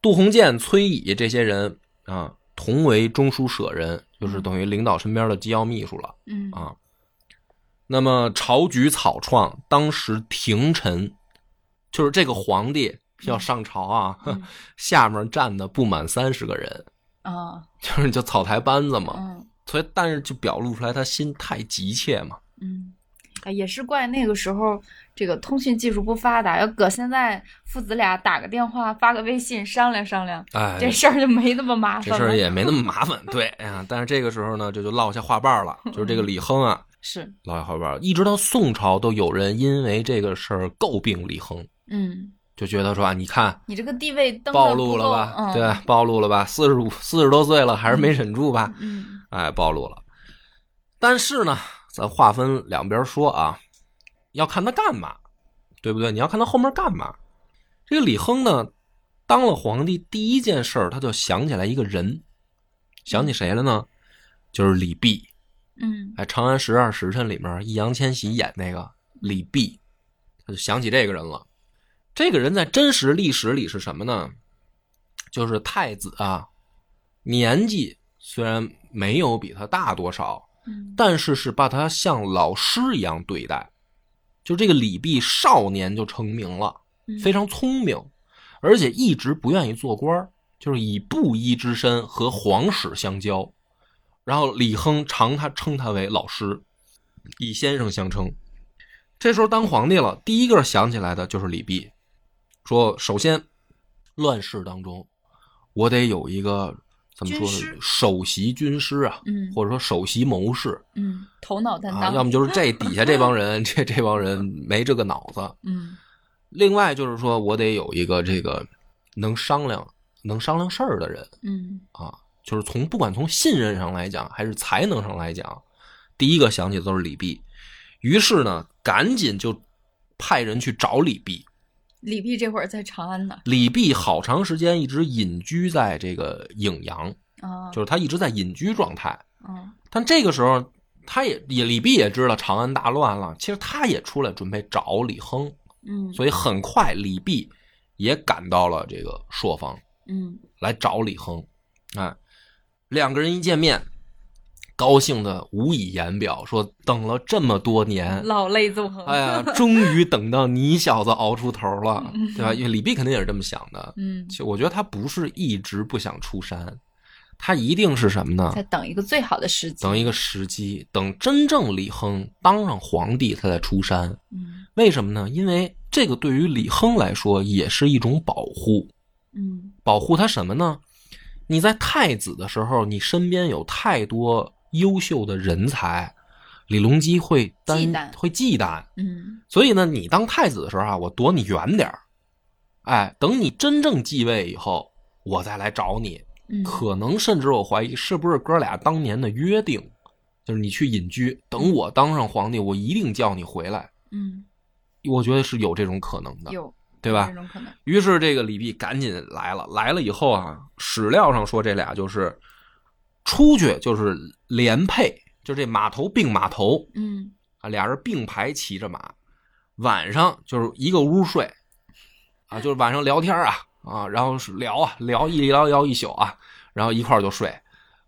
A: 杜鸿渐、崔乙这些人啊，同为中书舍人，就是等于领导身边的机要秘书了。
B: 嗯
A: 啊那么朝局草创，当时廷臣就是这个皇帝要上朝啊，
B: 嗯
A: <laughs> 下面站的不满三十个人，
B: 啊，
A: 就是就草台班子嘛。
B: 嗯
A: 所以，但是就表露出来他心太急切嘛。
B: 嗯。哎，也是怪那个时候这个通讯技术不发达，要搁现在父子俩打个电话、发个微信商量商量，
A: 哎，
B: 这事儿就没那么麻烦
A: 这
B: 了。
A: 事儿也没那么麻烦，对，哎呀，但是这个时候呢，这就落下话瓣儿了，就是
B: 嗯
A: 这个李亨啊，
B: 是，
A: 落下话瓣儿，一直到宋朝都有人因为这个事儿诟病李亨，
B: 嗯
A: 就觉得说啊，你看
B: 你这个地位登得
A: 暴露
B: 不
A: 了
B: 够
A: 吧，
B: 嗯、
A: 对，啊暴露了吧，四十五四十多岁了还是没忍住吧，
B: 嗯
A: 哎，暴露了。但是呢，咱划分两边说啊，要看他干嘛，对不对？你要看他后面干嘛。这个李亨呢，当了皇帝第一件事儿，他就想起来一个人，想起谁了呢？就是李泌。
B: 嗯
A: 哎，《长安十二时辰》里面，易烊千玺演那个李泌，他就想起这个人了。这个人在真实历史里是什么呢？就是太子啊，年纪虽然没有比他大多少，
B: 嗯
A: 但是是把他像老师一样对待。就这个李泌少年就成名了，
B: 嗯
A: 非常聪明，而且一直不愿意做官儿，就是以布衣之身和皇室相交。然后李亨常他称他为老师，以先生相称。这时候当皇帝了，第一个想起来的就是李泌，说首先乱世当中，我得有一个怎么说
B: 军
A: 呢
B: 师，
A: 首席军师啊，
B: 嗯
A: 或者说首席谋士
B: 嗯，头脑担
A: 啊，
B: 当，
A: 要么就是这底下这帮人， <laughs> 这这帮人没这个脑子。
B: 嗯
A: 另外就是说我得有一个这个能商量、能商量事儿的人，
B: 嗯
A: 啊，就是从不管从信任上来讲，还是才能上来讲，第一个想起的都是李泌。于是呢，赶紧就派人去找李泌。
B: 李泌这会儿在长安呢
A: 李泌好长时间一直隐居在这个颍阳，
B: 啊，
A: 就是他一直在隐居状态。
B: 啊
A: 但这个时候，他也也李泌也知道长安大乱了，其实他也出来准备找李亨，
B: 嗯
A: 所以很快李泌也赶到了这个朔方。
B: 嗯
A: 来找李亨，哎，两个人一见面，高兴的无以言表，说等了这么多年，
B: 老泪纵横，
A: 哎呀，终于等到你小子熬出头了，对吧？因为李泌肯定也是这么想的。
B: 嗯，
A: 其实我觉得他不是一直不想出山，他一定是什么呢？
B: 在等一个最好的时机，
A: 啊等一个时机，等真正李亨当上皇帝，他再出山。
B: 嗯
A: 为什么呢？因为这个对于李亨来说也是一种保护。
B: 嗯
A: 保护他什么呢？你在太子的时候，你身边有太多优秀的人才，李隆基会担
B: 忌惮
A: 会忌惮，
B: 嗯
A: 所以呢，你当太子的时候啊，我躲你远点儿，哎，等你真正继位以后，我再来找你。
B: 嗯，
A: 可能甚至我怀疑是不是哥俩当年的约定，就是你去隐居，等我当上皇帝，我一定叫你回来。
B: 嗯
A: 我觉得是有这种可能的，
B: 有
A: 对吧
B: 有这？种可能，
A: 于是这个李泌赶紧来了，来了以后啊，史料上说这俩就是出去就是联配，就这马头并马头
B: 嗯
A: 啊，俩人并排骑着马，晚上就是一个屋睡，啊，就是晚上聊天啊啊，然后是聊啊聊一聊聊一宿啊，然后一块儿就睡，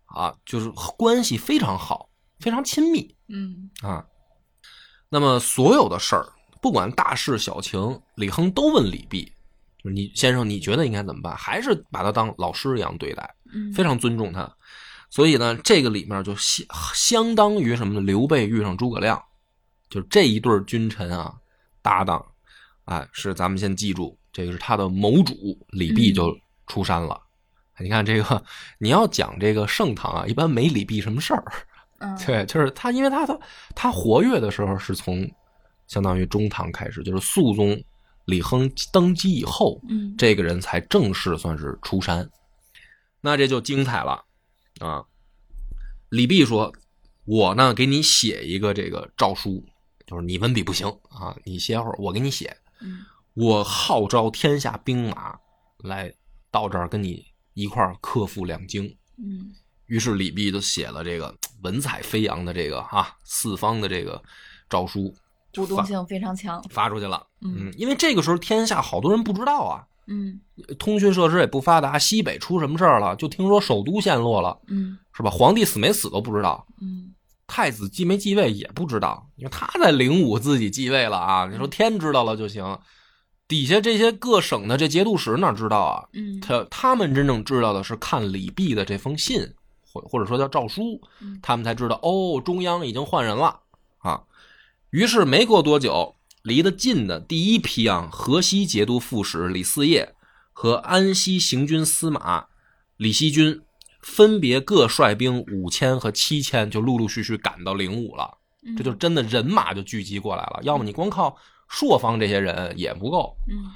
A: 啊，就是关系非常好，非常亲密。
B: 嗯
A: 啊。那么所有的事儿，不管大事小情，李亨都问李泌，就是你先生，你觉得应该怎么办？还是把他当老师一样对待，
B: 嗯，
A: 非常尊重他。所以呢，这个里面就相相当于什么呢？刘备遇上诸葛亮，就是这一对儿君臣啊，搭档，哎，是咱们先记住，这个是他的谋主李泌就出山了。哎你看这个，你要讲这个盛唐啊，一般没李泌什么事儿，
B: 嗯
A: 对，就是他，因为他他他活跃的时候是从相当于中唐开始，就是肃宗李亨登基以后，
B: 嗯
A: 这个人才正式算是出山。那这就精彩了啊！李泌说：“我呢，给你写一个这个诏书，就是你文笔不行啊，你歇会儿，我给你写。
B: 嗯
A: 我号召天下兵马来到这儿跟你一块儿克复两京。”
B: 嗯
A: 于是李泌就写了这个文采飞扬的这个啊四方的这个诏书，
B: 主动性非常强，
A: 发出去了。
B: 嗯，
A: 因为这个时候天下好多人不知道啊，
B: 嗯
A: 通讯设施也不发达，西北出什么事儿了，就听说首都陷落了，
B: 嗯
A: 是吧？皇帝死没死都不知道，
B: 嗯
A: 太子继没继位也不知道，因为他在灵武自己继位了啊。你说天知道了就行，底下这些各省的这节度使哪知道啊？
B: 嗯，
A: 他他们真正知道的是看李泌的这封信，或或者说叫诏书
B: 嗯，
A: 他们才知道哦，中央已经换人了啊。于是没过多久，离得近的第一批啊，河西节度副使李嗣业和安西行军司马李希军，分别各率兵五千和七千，就陆陆续续赶到灵武了。
B: 嗯
A: 这就真的人马就聚集过来了，要么你光靠朔方这些人也不够。
B: 嗯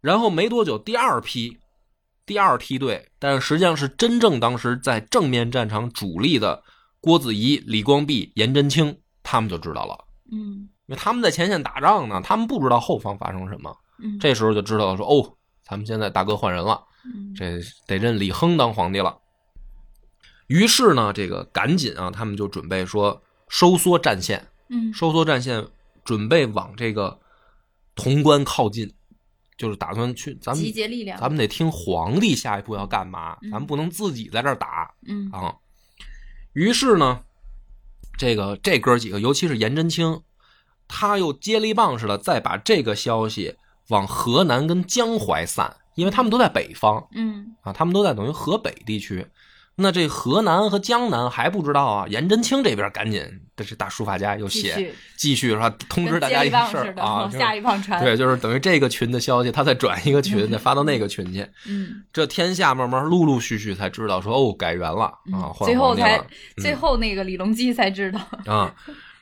A: 然后没多久，第二批，第二梯队，但是实际上是真正当时在正面战场主力的郭子仪、李光弼、颜真卿，他们就知道了，
B: 嗯
A: 因为他们在前线打仗呢，他们不知道后方发生什么，
B: 嗯，
A: 这时候就知道了说，哦，咱们现在大哥换人了，
B: 嗯
A: 这得认李亨当皇帝了。于是呢，这个赶紧啊，他们就准备说收缩战线，
B: 嗯
A: 收缩战线，准备往这个潼关靠近，就是打算去咱们
B: 集结力量，
A: 咱们得听皇帝下一步要干嘛，
B: 嗯
A: 咱们不能自己在这儿打
B: 嗯
A: 啊。于是呢，这个这哥几个，尤其是颜真卿，他又接力棒似的再把这个消息往河南跟江淮散，因为他们都在北方
B: 嗯
A: 啊，他们都在等于河北地区。那这河南和江南还不知道啊，颜真卿这边赶紧，这是大书法家又
B: 继
A: 写
B: 续
A: 继续说通知
B: 跟
A: 大
B: 接
A: 家一
B: 力
A: 个
B: 棒
A: 事
B: 似
A: 儿
B: 的
A: 啊
B: 往，下一棒传，
A: 对，就是等于这个群的消息，他再转一个群，再发到那个群去。
B: 嗯
A: 这天下慢慢陆陆续续才知道说哦，改元了啊，
B: 嗯，
A: 换
B: 最后
A: 皇帝了
B: 才最后那个李隆基才知道，
A: 啊。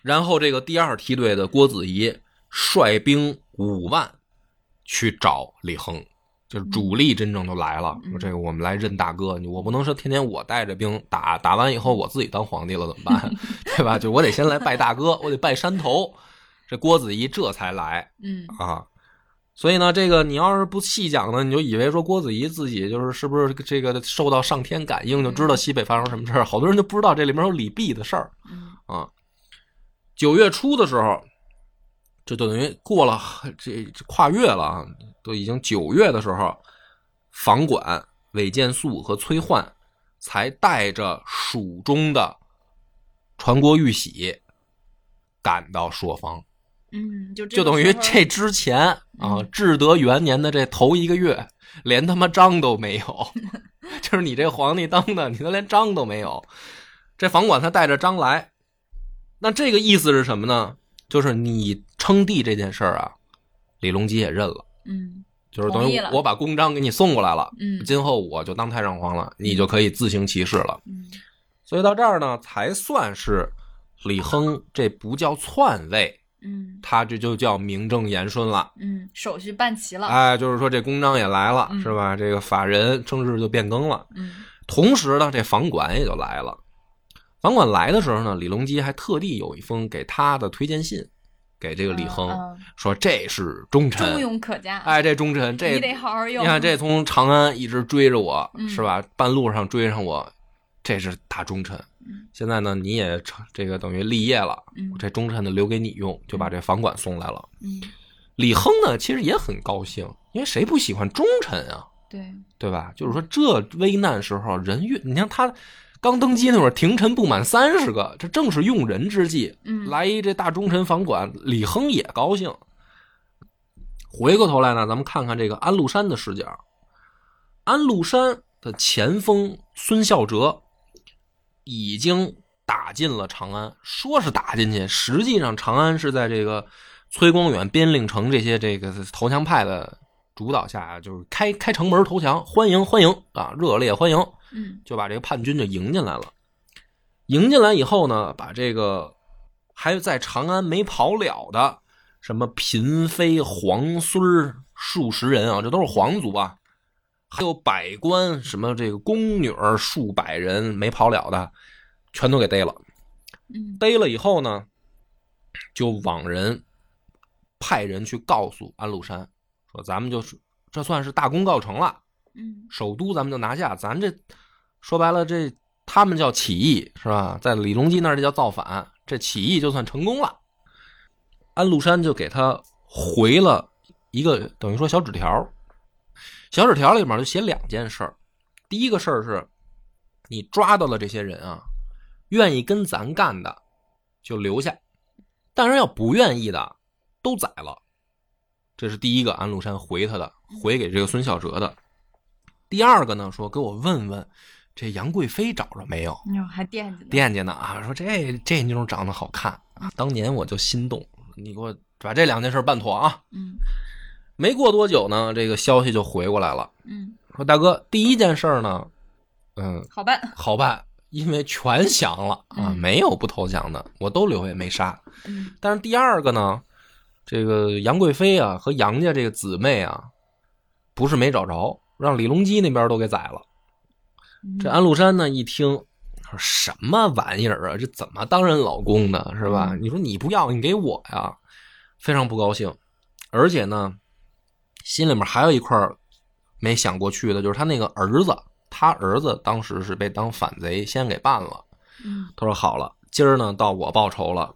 A: 然后这个第二梯队的郭子仪率兵五万去找李亨，就是主力真正都来了。
B: 嗯
A: 说这个我们来认大哥，我不能说天天我带着兵打，打完以后我自己当皇帝了怎么办？ <laughs> 对吧？就我得先来拜大哥，我得拜山头。这郭子仪这才来，
B: 嗯
A: 啊。所以呢，这个你要是不细讲呢，你就以为说郭子仪自己就是是不是这个受到上天感应，就知道西北发生什么事儿。好多人就不知道这里面有李泌的事儿
B: 嗯
A: 啊。九月初的时候，就等于过了这这跨越了啊，都已经九月的时候，房管韦建素和崔焕才带着蜀中的传国玉玺赶到朔方。
B: 嗯，就这
A: 就
B: 个
A: 等于
B: 时候
A: 这之前啊
B: 嗯，
A: 至德元年的这头一个月，连他妈章都没
B: <laughs>
A: 有，就是你这皇帝当的，你都连章都没有。这房管他带着章来，那这个意思是什么呢？就是你称帝这件事儿啊，李隆基也认了，
B: 嗯
A: 就是等
B: 同
A: 于
B: 意了
A: 我把公章给你送过来了，
B: 嗯
A: 今后我就当太上皇了，你就可以自行其事了。
B: 嗯
A: 所以到这儿呢，才算是李亨这不叫篡位，
B: 嗯
A: 他这就叫名正言顺了。
B: 嗯，手续办齐了，
A: 哎，就是说这公章也来了，
B: 嗯
A: 是吧？这个法人正式就变更了。
B: 嗯
A: 同时呢，这房管也就来了。房管来的时候呢，李隆基还特地有一封给他的推荐信，给这个李亨、
B: 嗯嗯
A: 说这是忠
B: 忠
A: 臣，
B: 勇可嘉，
A: 哎，这忠臣，这
B: 你得好好
A: 你
B: 用，
A: 看这从长安一直追着我，
B: 嗯
A: 是吧？半路上追上我，这是大忠臣
B: 嗯。
A: 现在呢，你也成这个等于立业了，
B: 嗯
A: 这忠臣呢留给你用，就把这房管送来了。
B: 嗯
A: 李亨呢，其实也很高兴，因为谁不喜欢忠臣啊，
B: 对
A: 对吧？就是说这危难时候人运，你像他刚登基那会儿，廷臣不满三十个，这正是用人之际，
B: 嗯
A: 来一这大忠臣房管，李亨也高兴。回过头来呢，咱们看看这个安禄山的视角。安禄山的前锋孙孝哲已经打进了长安，说是打进去，实际上长安是在这个崔光远、边令城这些这个投降派的主导下，就是开开城门投降，欢迎欢迎啊，热烈欢迎，
B: 嗯
A: 就把这个叛军就迎进来了。迎进来以后呢，把这个还在长安没跑了的什么嫔妃、皇孙儿数十人啊，这都是皇族啊，还有百官什么这个宫女儿数百人没跑了的，全都给逮了。
B: 嗯
A: 逮了以后呢，就往人派人去告诉安禄山，说咱们就是这算是大功告成了，
B: 嗯
A: 首都咱们就拿下，咱这说白了这他们叫起义是吧？在李隆基那儿这叫造反，这起义就算成功了。安禄山就给他回了一个等于说小纸条，小纸条里面就写两件事儿，第一个事儿是，你抓到了这些人啊，愿意跟咱干的就留下，但是要不愿意的都宰了。这是第一个安禄山回他的，回给这个孙孝哲的。第二个呢，说给我问问这杨贵妃找着没有？
B: 哟还惦记呢，
A: 惦记呢啊，说这这妞长得好看啊，当年我就心动，你给我把这两件事办妥啊。
B: 嗯
A: 没过多久呢，这个消息就回过来了，
B: 嗯
A: 说大哥，第一件事儿呢，嗯，
B: 好办，
A: 好办，因为全降了啊，
B: 嗯
A: 没有不投降的，我都留下没杀。
B: 嗯
A: 但是第二个呢，这个杨贵妃啊和杨家这个姊妹啊，不是没找着，让李隆基那边都给宰了。
B: 嗯
A: 这安禄山呢一听，说什么玩意儿啊？这怎么当人老公的，是吧？你说你不要，你给我呀，非常不高兴。而且呢，心里面还有一块儿没想过去的，就是他那个儿子，他儿子当时是被当反贼先给办了。
B: 嗯
A: 他说好了，今儿呢到我报仇了。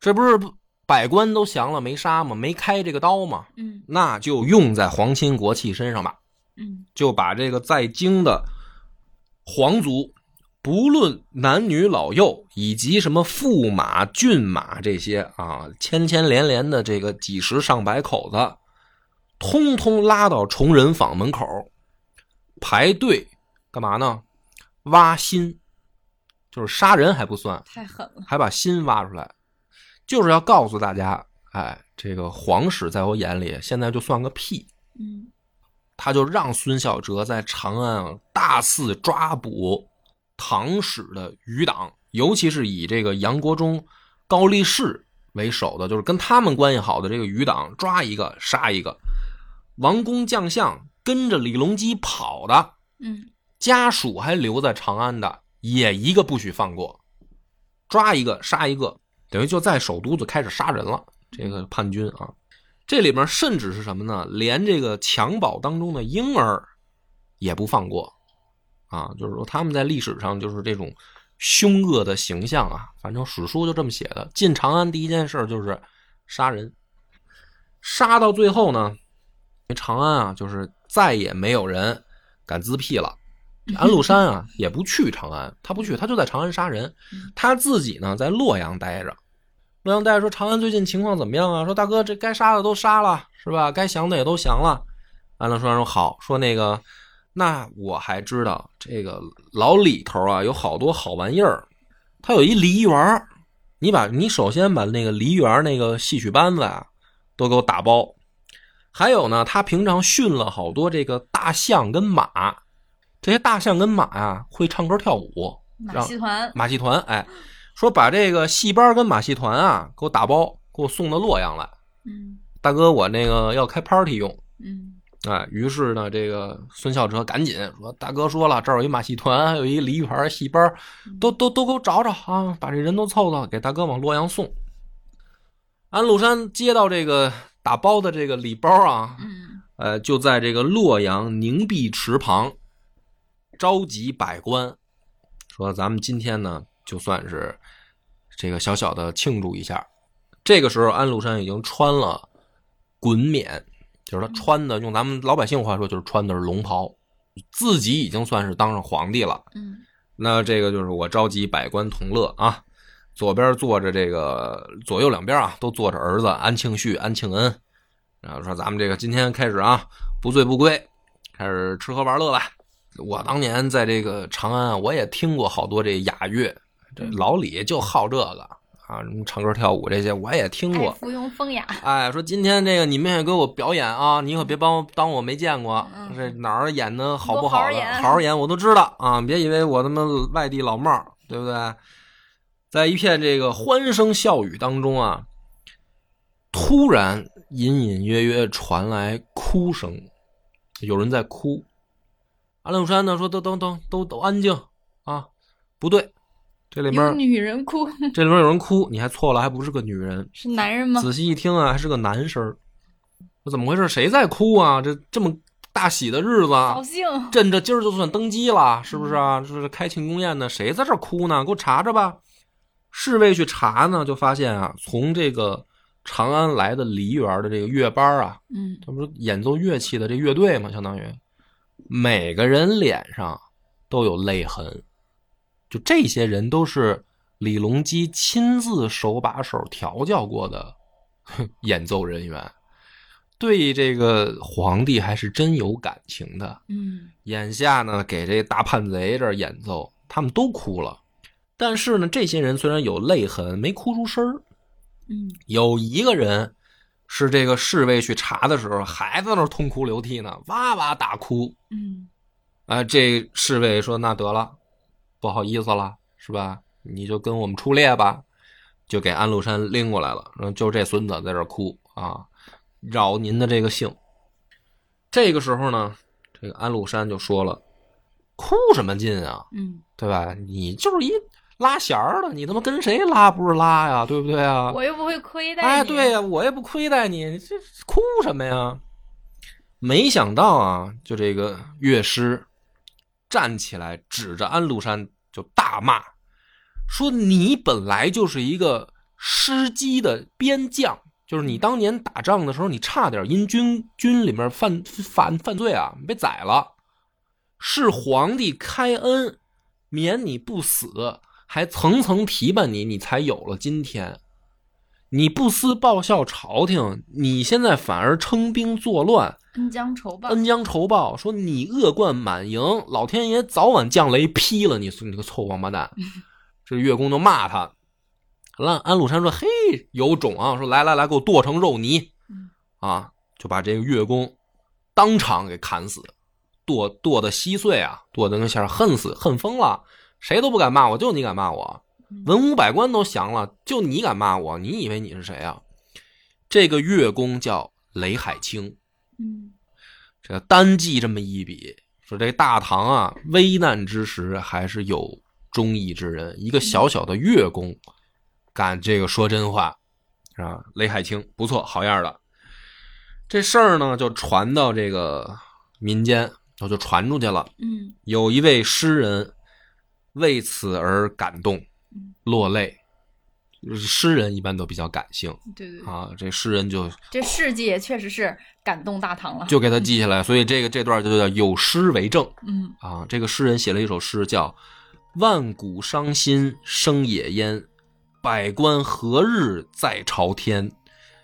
A: 这不是百官都降了没杀吗？没开这个刀吗？
B: 嗯
A: 那就用在皇亲国戚身上吧。
B: 嗯
A: 就把这个在京的皇族，不论男女老幼，以及什么驸马、骏马这些啊，牵牵连连的这个几十上百口子，通通拉到崇仁坊门口排队，干嘛呢？挖心，就是杀人还不算，
B: 太狠了，
A: 还把心挖出来，就是要告诉大家，哎，这个皇室在我眼里现在就算个屁。
B: 嗯
A: 他就让孙小哲在长安大肆抓捕唐史的余党，尤其是以这个杨国忠、高力士为首的，就是跟他们关系好的这个余党，抓一个杀一个。王公将相跟着李隆基跑的，
B: 嗯
A: 家属还留在长安的，也一个不许放过，抓一个杀一个，等于就在首都就开始杀人了。这个叛军啊，这里面甚至是什么呢？连这个襁褓当中的婴儿也不放过啊！就是说他们在历史上就是这种凶恶的形象啊，反正史书就这么写的。进长安第一件事就是杀人，杀到最后呢，因为长安啊，就是再也没有人敢自辟了。安禄山啊，也不去长安，他不去，他就在长安杀人，他自己呢在洛阳待着。洛阳待着说：“长安最近情况怎么样啊？”说：“大哥，这该杀的都杀了，是吧？该降的也都降了。”安禄山说：“好，说那个，那我还知道这个老李头啊，有好多好玩意儿。他有一梨园儿你把你首先把那个梨园儿那个戏曲班子啊，都给我打包。还有呢，他平常训了好多这个大象跟马，这些大象跟马啊会唱歌跳舞，
B: 马
A: 让
B: 戏团，
A: 马戏团，哎，说把这个戏班跟马戏团啊给我打包，给我送到洛阳来。
B: 嗯
A: 大哥，我那个要开 party 用。
B: 嗯
A: 哎，于是呢，这个孙孝哲赶紧说：“大哥说了，这儿有一马戏团，还有一梨园戏班，都都都给我找找啊，把这人都凑凑，给大哥往洛阳送。”安禄山接到这个打包的这个礼包啊，
B: 嗯
A: 呃，就在这个洛阳凝碧池旁召集百官，说咱们今天呢，就算是这个小小的庆祝一下。这个时候，安禄山已经穿了滚冕，就是他穿的，用咱们老百姓话说，就是穿的是龙袍，自己已经算是当上皇帝了。
B: 嗯
A: 那这个就是我召集百官同乐啊，左边坐着这个，左右两边啊都坐着儿子安庆绪、安庆恩，然后说咱们这个今天开始啊，不醉不归，开始吃喝玩乐吧。我当年在这个长安啊，我也听过好多这雅乐，这老李就好这个啊，什么唱歌跳舞这些我也听
B: 爱
A: 过。
B: 附庸风雅，
A: 哎，说今天这个你们也给我表演啊，你可别帮我当我没见过，
B: 嗯
A: 这哪儿演的好不
B: 多好
A: 好
B: 好
A: 的，
B: 演
A: 好好演我都知道啊，别以为我他妈外地老帽儿，对不对？在一片这个欢声笑语当中啊，突然隐隐约约传来哭声，有人在哭。安禄山呢说：“都都都都都安静啊，不对，这里面
B: 有 <laughs>
A: 儿
B: 女人哭
A: 这里面儿有人哭，你还错了，还不是个女人。”
B: 是男人吗？
A: 仔细一听啊，还是个男声儿。说怎么回事？谁在哭啊？这这么大喜的日子啊，
B: 高兴，
A: 朕这今儿就算登基了，是不是啊？这是开庆功宴呢，谁在这儿哭呢？给我查查吧。侍卫去查呢，就发现啊，从这个长安来的梨园的这个乐班啊，
B: 嗯
A: 他不是演奏乐器的这乐队嘛，相当于每个人脸上都有泪痕，就这些人都是李隆基亲自手把手调教过的 <laughs> 哼演奏人员，对这个皇帝还是真有感情的。
B: 嗯
A: 眼下呢，给这大叛贼这儿演奏，他们都哭了，但是呢，这些人虽然有泪痕，没哭出声儿。
B: 嗯
A: 有一个人是这个侍卫去查的时候，还在那儿痛哭流涕呢，哇哇大哭。
B: 嗯
A: 啊、这侍卫说：“那得了，不好意思了，是吧？你就跟我们出列吧。”就给安禄山拎过来了，然后就这孙子在这儿哭啊，扰您的这个兴。这个时候呢，这个安禄山就说了：“哭什么劲啊？
B: 嗯，
A: 对吧？你就是一拉弦儿的，你他妈跟谁拉不是拉呀？对不对啊？
B: 我又不会亏待你。
A: 哎，对呀、我也不亏待你，你这哭什么呀？没想到啊，就这个乐师站起来，指着安禄山就大骂，说：“你本来就是一个失机的边将，就是你当年打仗的时候，你差点因军军里面犯犯犯罪啊，你被宰了。是皇帝开恩，免你不死，还层层提拔你，你才有了今天。你不思报效朝廷，你现在反而称兵作乱，
B: 恩将仇报。
A: 恩将仇报，说你恶贯满盈，老天爷早晚降雷劈了你，你这个臭王八
B: <laughs>
A: 蛋！这月宫就骂他。安安禄山说：“嘿，有种啊！说来来来，给我剁成肉泥
B: 嗯！”
A: 啊，就把这个月宫当场给砍死，剁剁的稀碎啊，剁的那下恨死恨疯了，谁都不敢骂我，就你敢骂我。
B: 嗯
A: 文武百官都降了，就你敢骂我？你以为你是谁啊？这个月宫叫雷海清，
B: 嗯
A: 这个单记这么一笔，说这大唐啊，危难之时还是有忠义之人。一个小小的月宫，敢这个说真话啊！雷海清不错，好样的。这事儿呢，就传到这个民间，然后就传出去了。
B: 嗯
A: 有一位诗人为此而感动
B: 嗯，
A: 落泪。诗人一般都比较感性
B: 嗯，对对对，
A: 啊，这诗人就
B: 这事迹也确实是感动大唐了。
A: 就给他记下来，所以这个这段就叫有诗为证
B: 嗯
A: 啊。这个诗人写了一首诗叫“万古伤心生野烟，百官何日在朝天？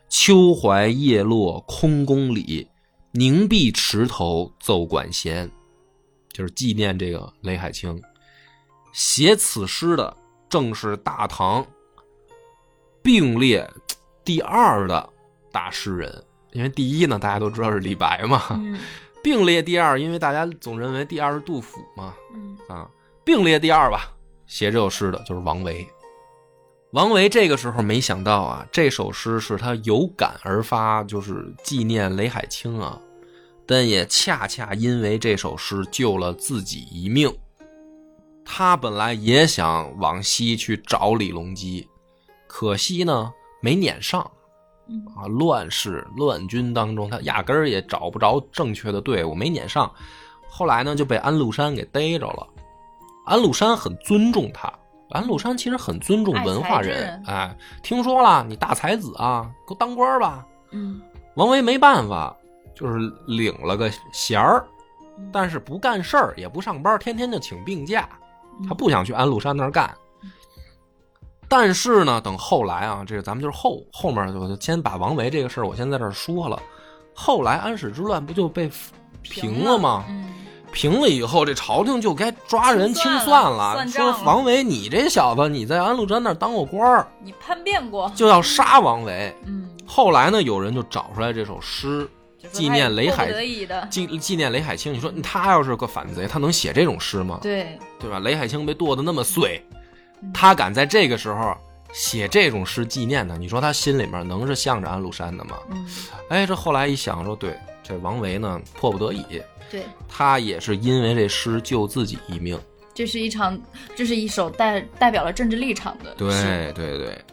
A: 秋槐叶落空宫里，凝碧池头奏管弦。”就是纪念这个雷海清。写此诗的正是大唐并列第二的大诗人，因为第一呢，大家都知道是李白嘛，
B: 嗯
A: 并列第二，因为大家总认为第二是杜甫嘛，
B: 嗯
A: 啊，并列第二吧。写这首诗的就是王维。王维这个时候没想到啊，这首诗是他有感而发，就是纪念雷海清啊，但也恰恰因为这首诗救了自己一命。他本来也想往西去找李隆基，可惜呢没撵上，
B: 嗯
A: 啊，乱世乱军当中，他压根儿也找不着正确的队伍，没撵上。后来呢，就被安禄山给逮着了。安禄山很尊重他，安禄山其实很尊重文化
B: 爱才之
A: 人
B: 人。
A: 哎，听说了，你大才子啊，给我当官儿吧。
B: 嗯
A: 王维没办法，就是领了个衔儿，但是不干事儿，也不上班，天天就请病假。
B: 嗯
A: 他不想去安禄山那儿干。但是呢，等后来啊，这个咱们就是后后面我就先把王维这个事儿，我先在这儿说了。后来安史之乱不就被平了吗？
B: 嗯
A: 平了以后，这朝廷就该抓人清
B: 清
A: 算
B: 算
A: 了，
B: 了算账
A: 说
B: 了
A: 王维，你这小子，你在安禄山那儿当过官儿，
B: 你叛变过。
A: 就要杀王维。
B: 嗯，
A: 后来呢，有人就找出来这首诗，
B: 就说
A: 纪
B: 他也
A: 念雷
B: 迫不
A: 海
B: 得已的，
A: 纪纪念雷海清。你说嗯他要是个反贼，他能写这种诗吗？
B: 对，
A: 对吧？雷海清被剁得那么碎
B: 嗯，
A: 他敢在这个时候写这种诗纪念他，你说他心里面能是向着安禄山的吗？ <laughs>
B: 嗯，
A: 哎，这后来一想说，对，这王维呢迫不得已，
B: 对，
A: 他也是因为这诗救自己一命。
B: 这是一场，这是一首代代表了政治立场的诗，
A: 对对对，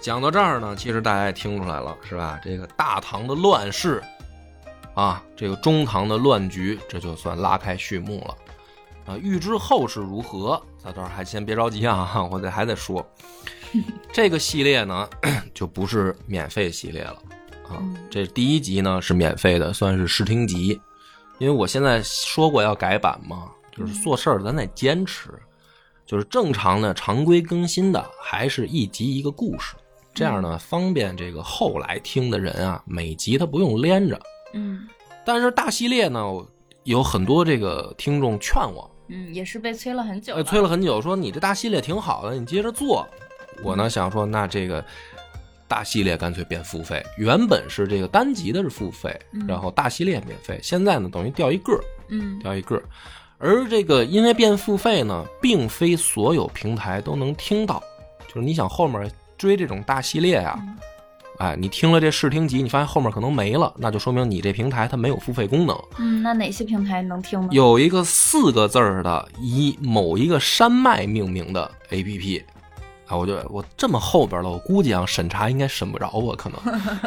A: 讲到这儿呢，其实大家也听出来了，是吧？这个大唐的乱世，啊，这个中唐的乱局，这就算拉开序幕了。啊，预知后事如何，咱到时候还先别着急啊，我得还得
B: <laughs>
A: 说，这个系列呢就不是免费系列了啊
B: 嗯。
A: 这第一集呢是免费的，算是试听集，因为我现在说过要改版嘛，就是做事儿咱得坚持。就是正常的常规更新的，还是一集一个故事，这样呢方便这个后来听的人啊，每集他不用连着。
B: 嗯
A: 但是大系列呢，我有很多这个听众劝我，
B: 嗯，也是被催了很久
A: 哎，
B: 了，
A: 催了很久，说你这大系列挺好的，你接着做。我呢想说，那这个大系列干脆变付费，原本是这个单集的是付费，
B: 嗯
A: 然后大系列免费，现在呢等于掉一个儿，
B: 嗯
A: 掉一个儿。而这个因为变付费呢，并非所有平台都能听到，就是你想后面追这种大系列啊，
B: 嗯
A: 哎，你听了这试听集，你发现后面可能没了，那就说明你这平台它没有付费功能。
B: 嗯，那哪些平台能听呢？
A: 有一个四个字儿的，以某一个山脉命名的 APP，啊，我就我这么后边了，我估计啊，审查应该审不着我，可能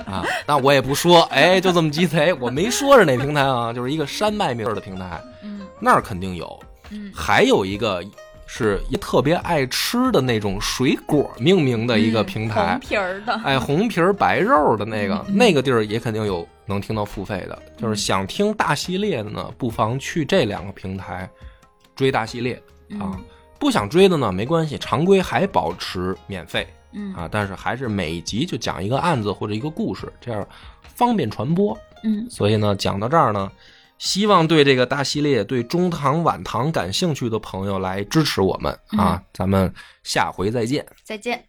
A: 啊，那我也不说，哎，就这么鸡贼，我没说是哪平台啊，就是一个山脉名儿的平台，
B: 嗯
A: 那儿肯定有，
B: 嗯
A: 还有一个是一特别爱吃的那种水果命名的一个平台
B: 嗯红，皮儿嗯的，
A: 哎，红皮儿白肉的那个，那个地儿也肯定有能听到付费的。就是想听大系列的呢，不妨去这两个平台追大系列
B: 嗯
A: 啊。不想追的呢，没关系，常规还保持免费
B: 嗯
A: 啊，但是还是每一集就讲一个案子或者一个故事，这样方便传播。
B: 嗯
A: 所以呢，讲到这儿呢，希望对这个大系列、对中堂、晚堂感兴趣的朋友来支持我们啊！咱们下回再见。
B: 再见。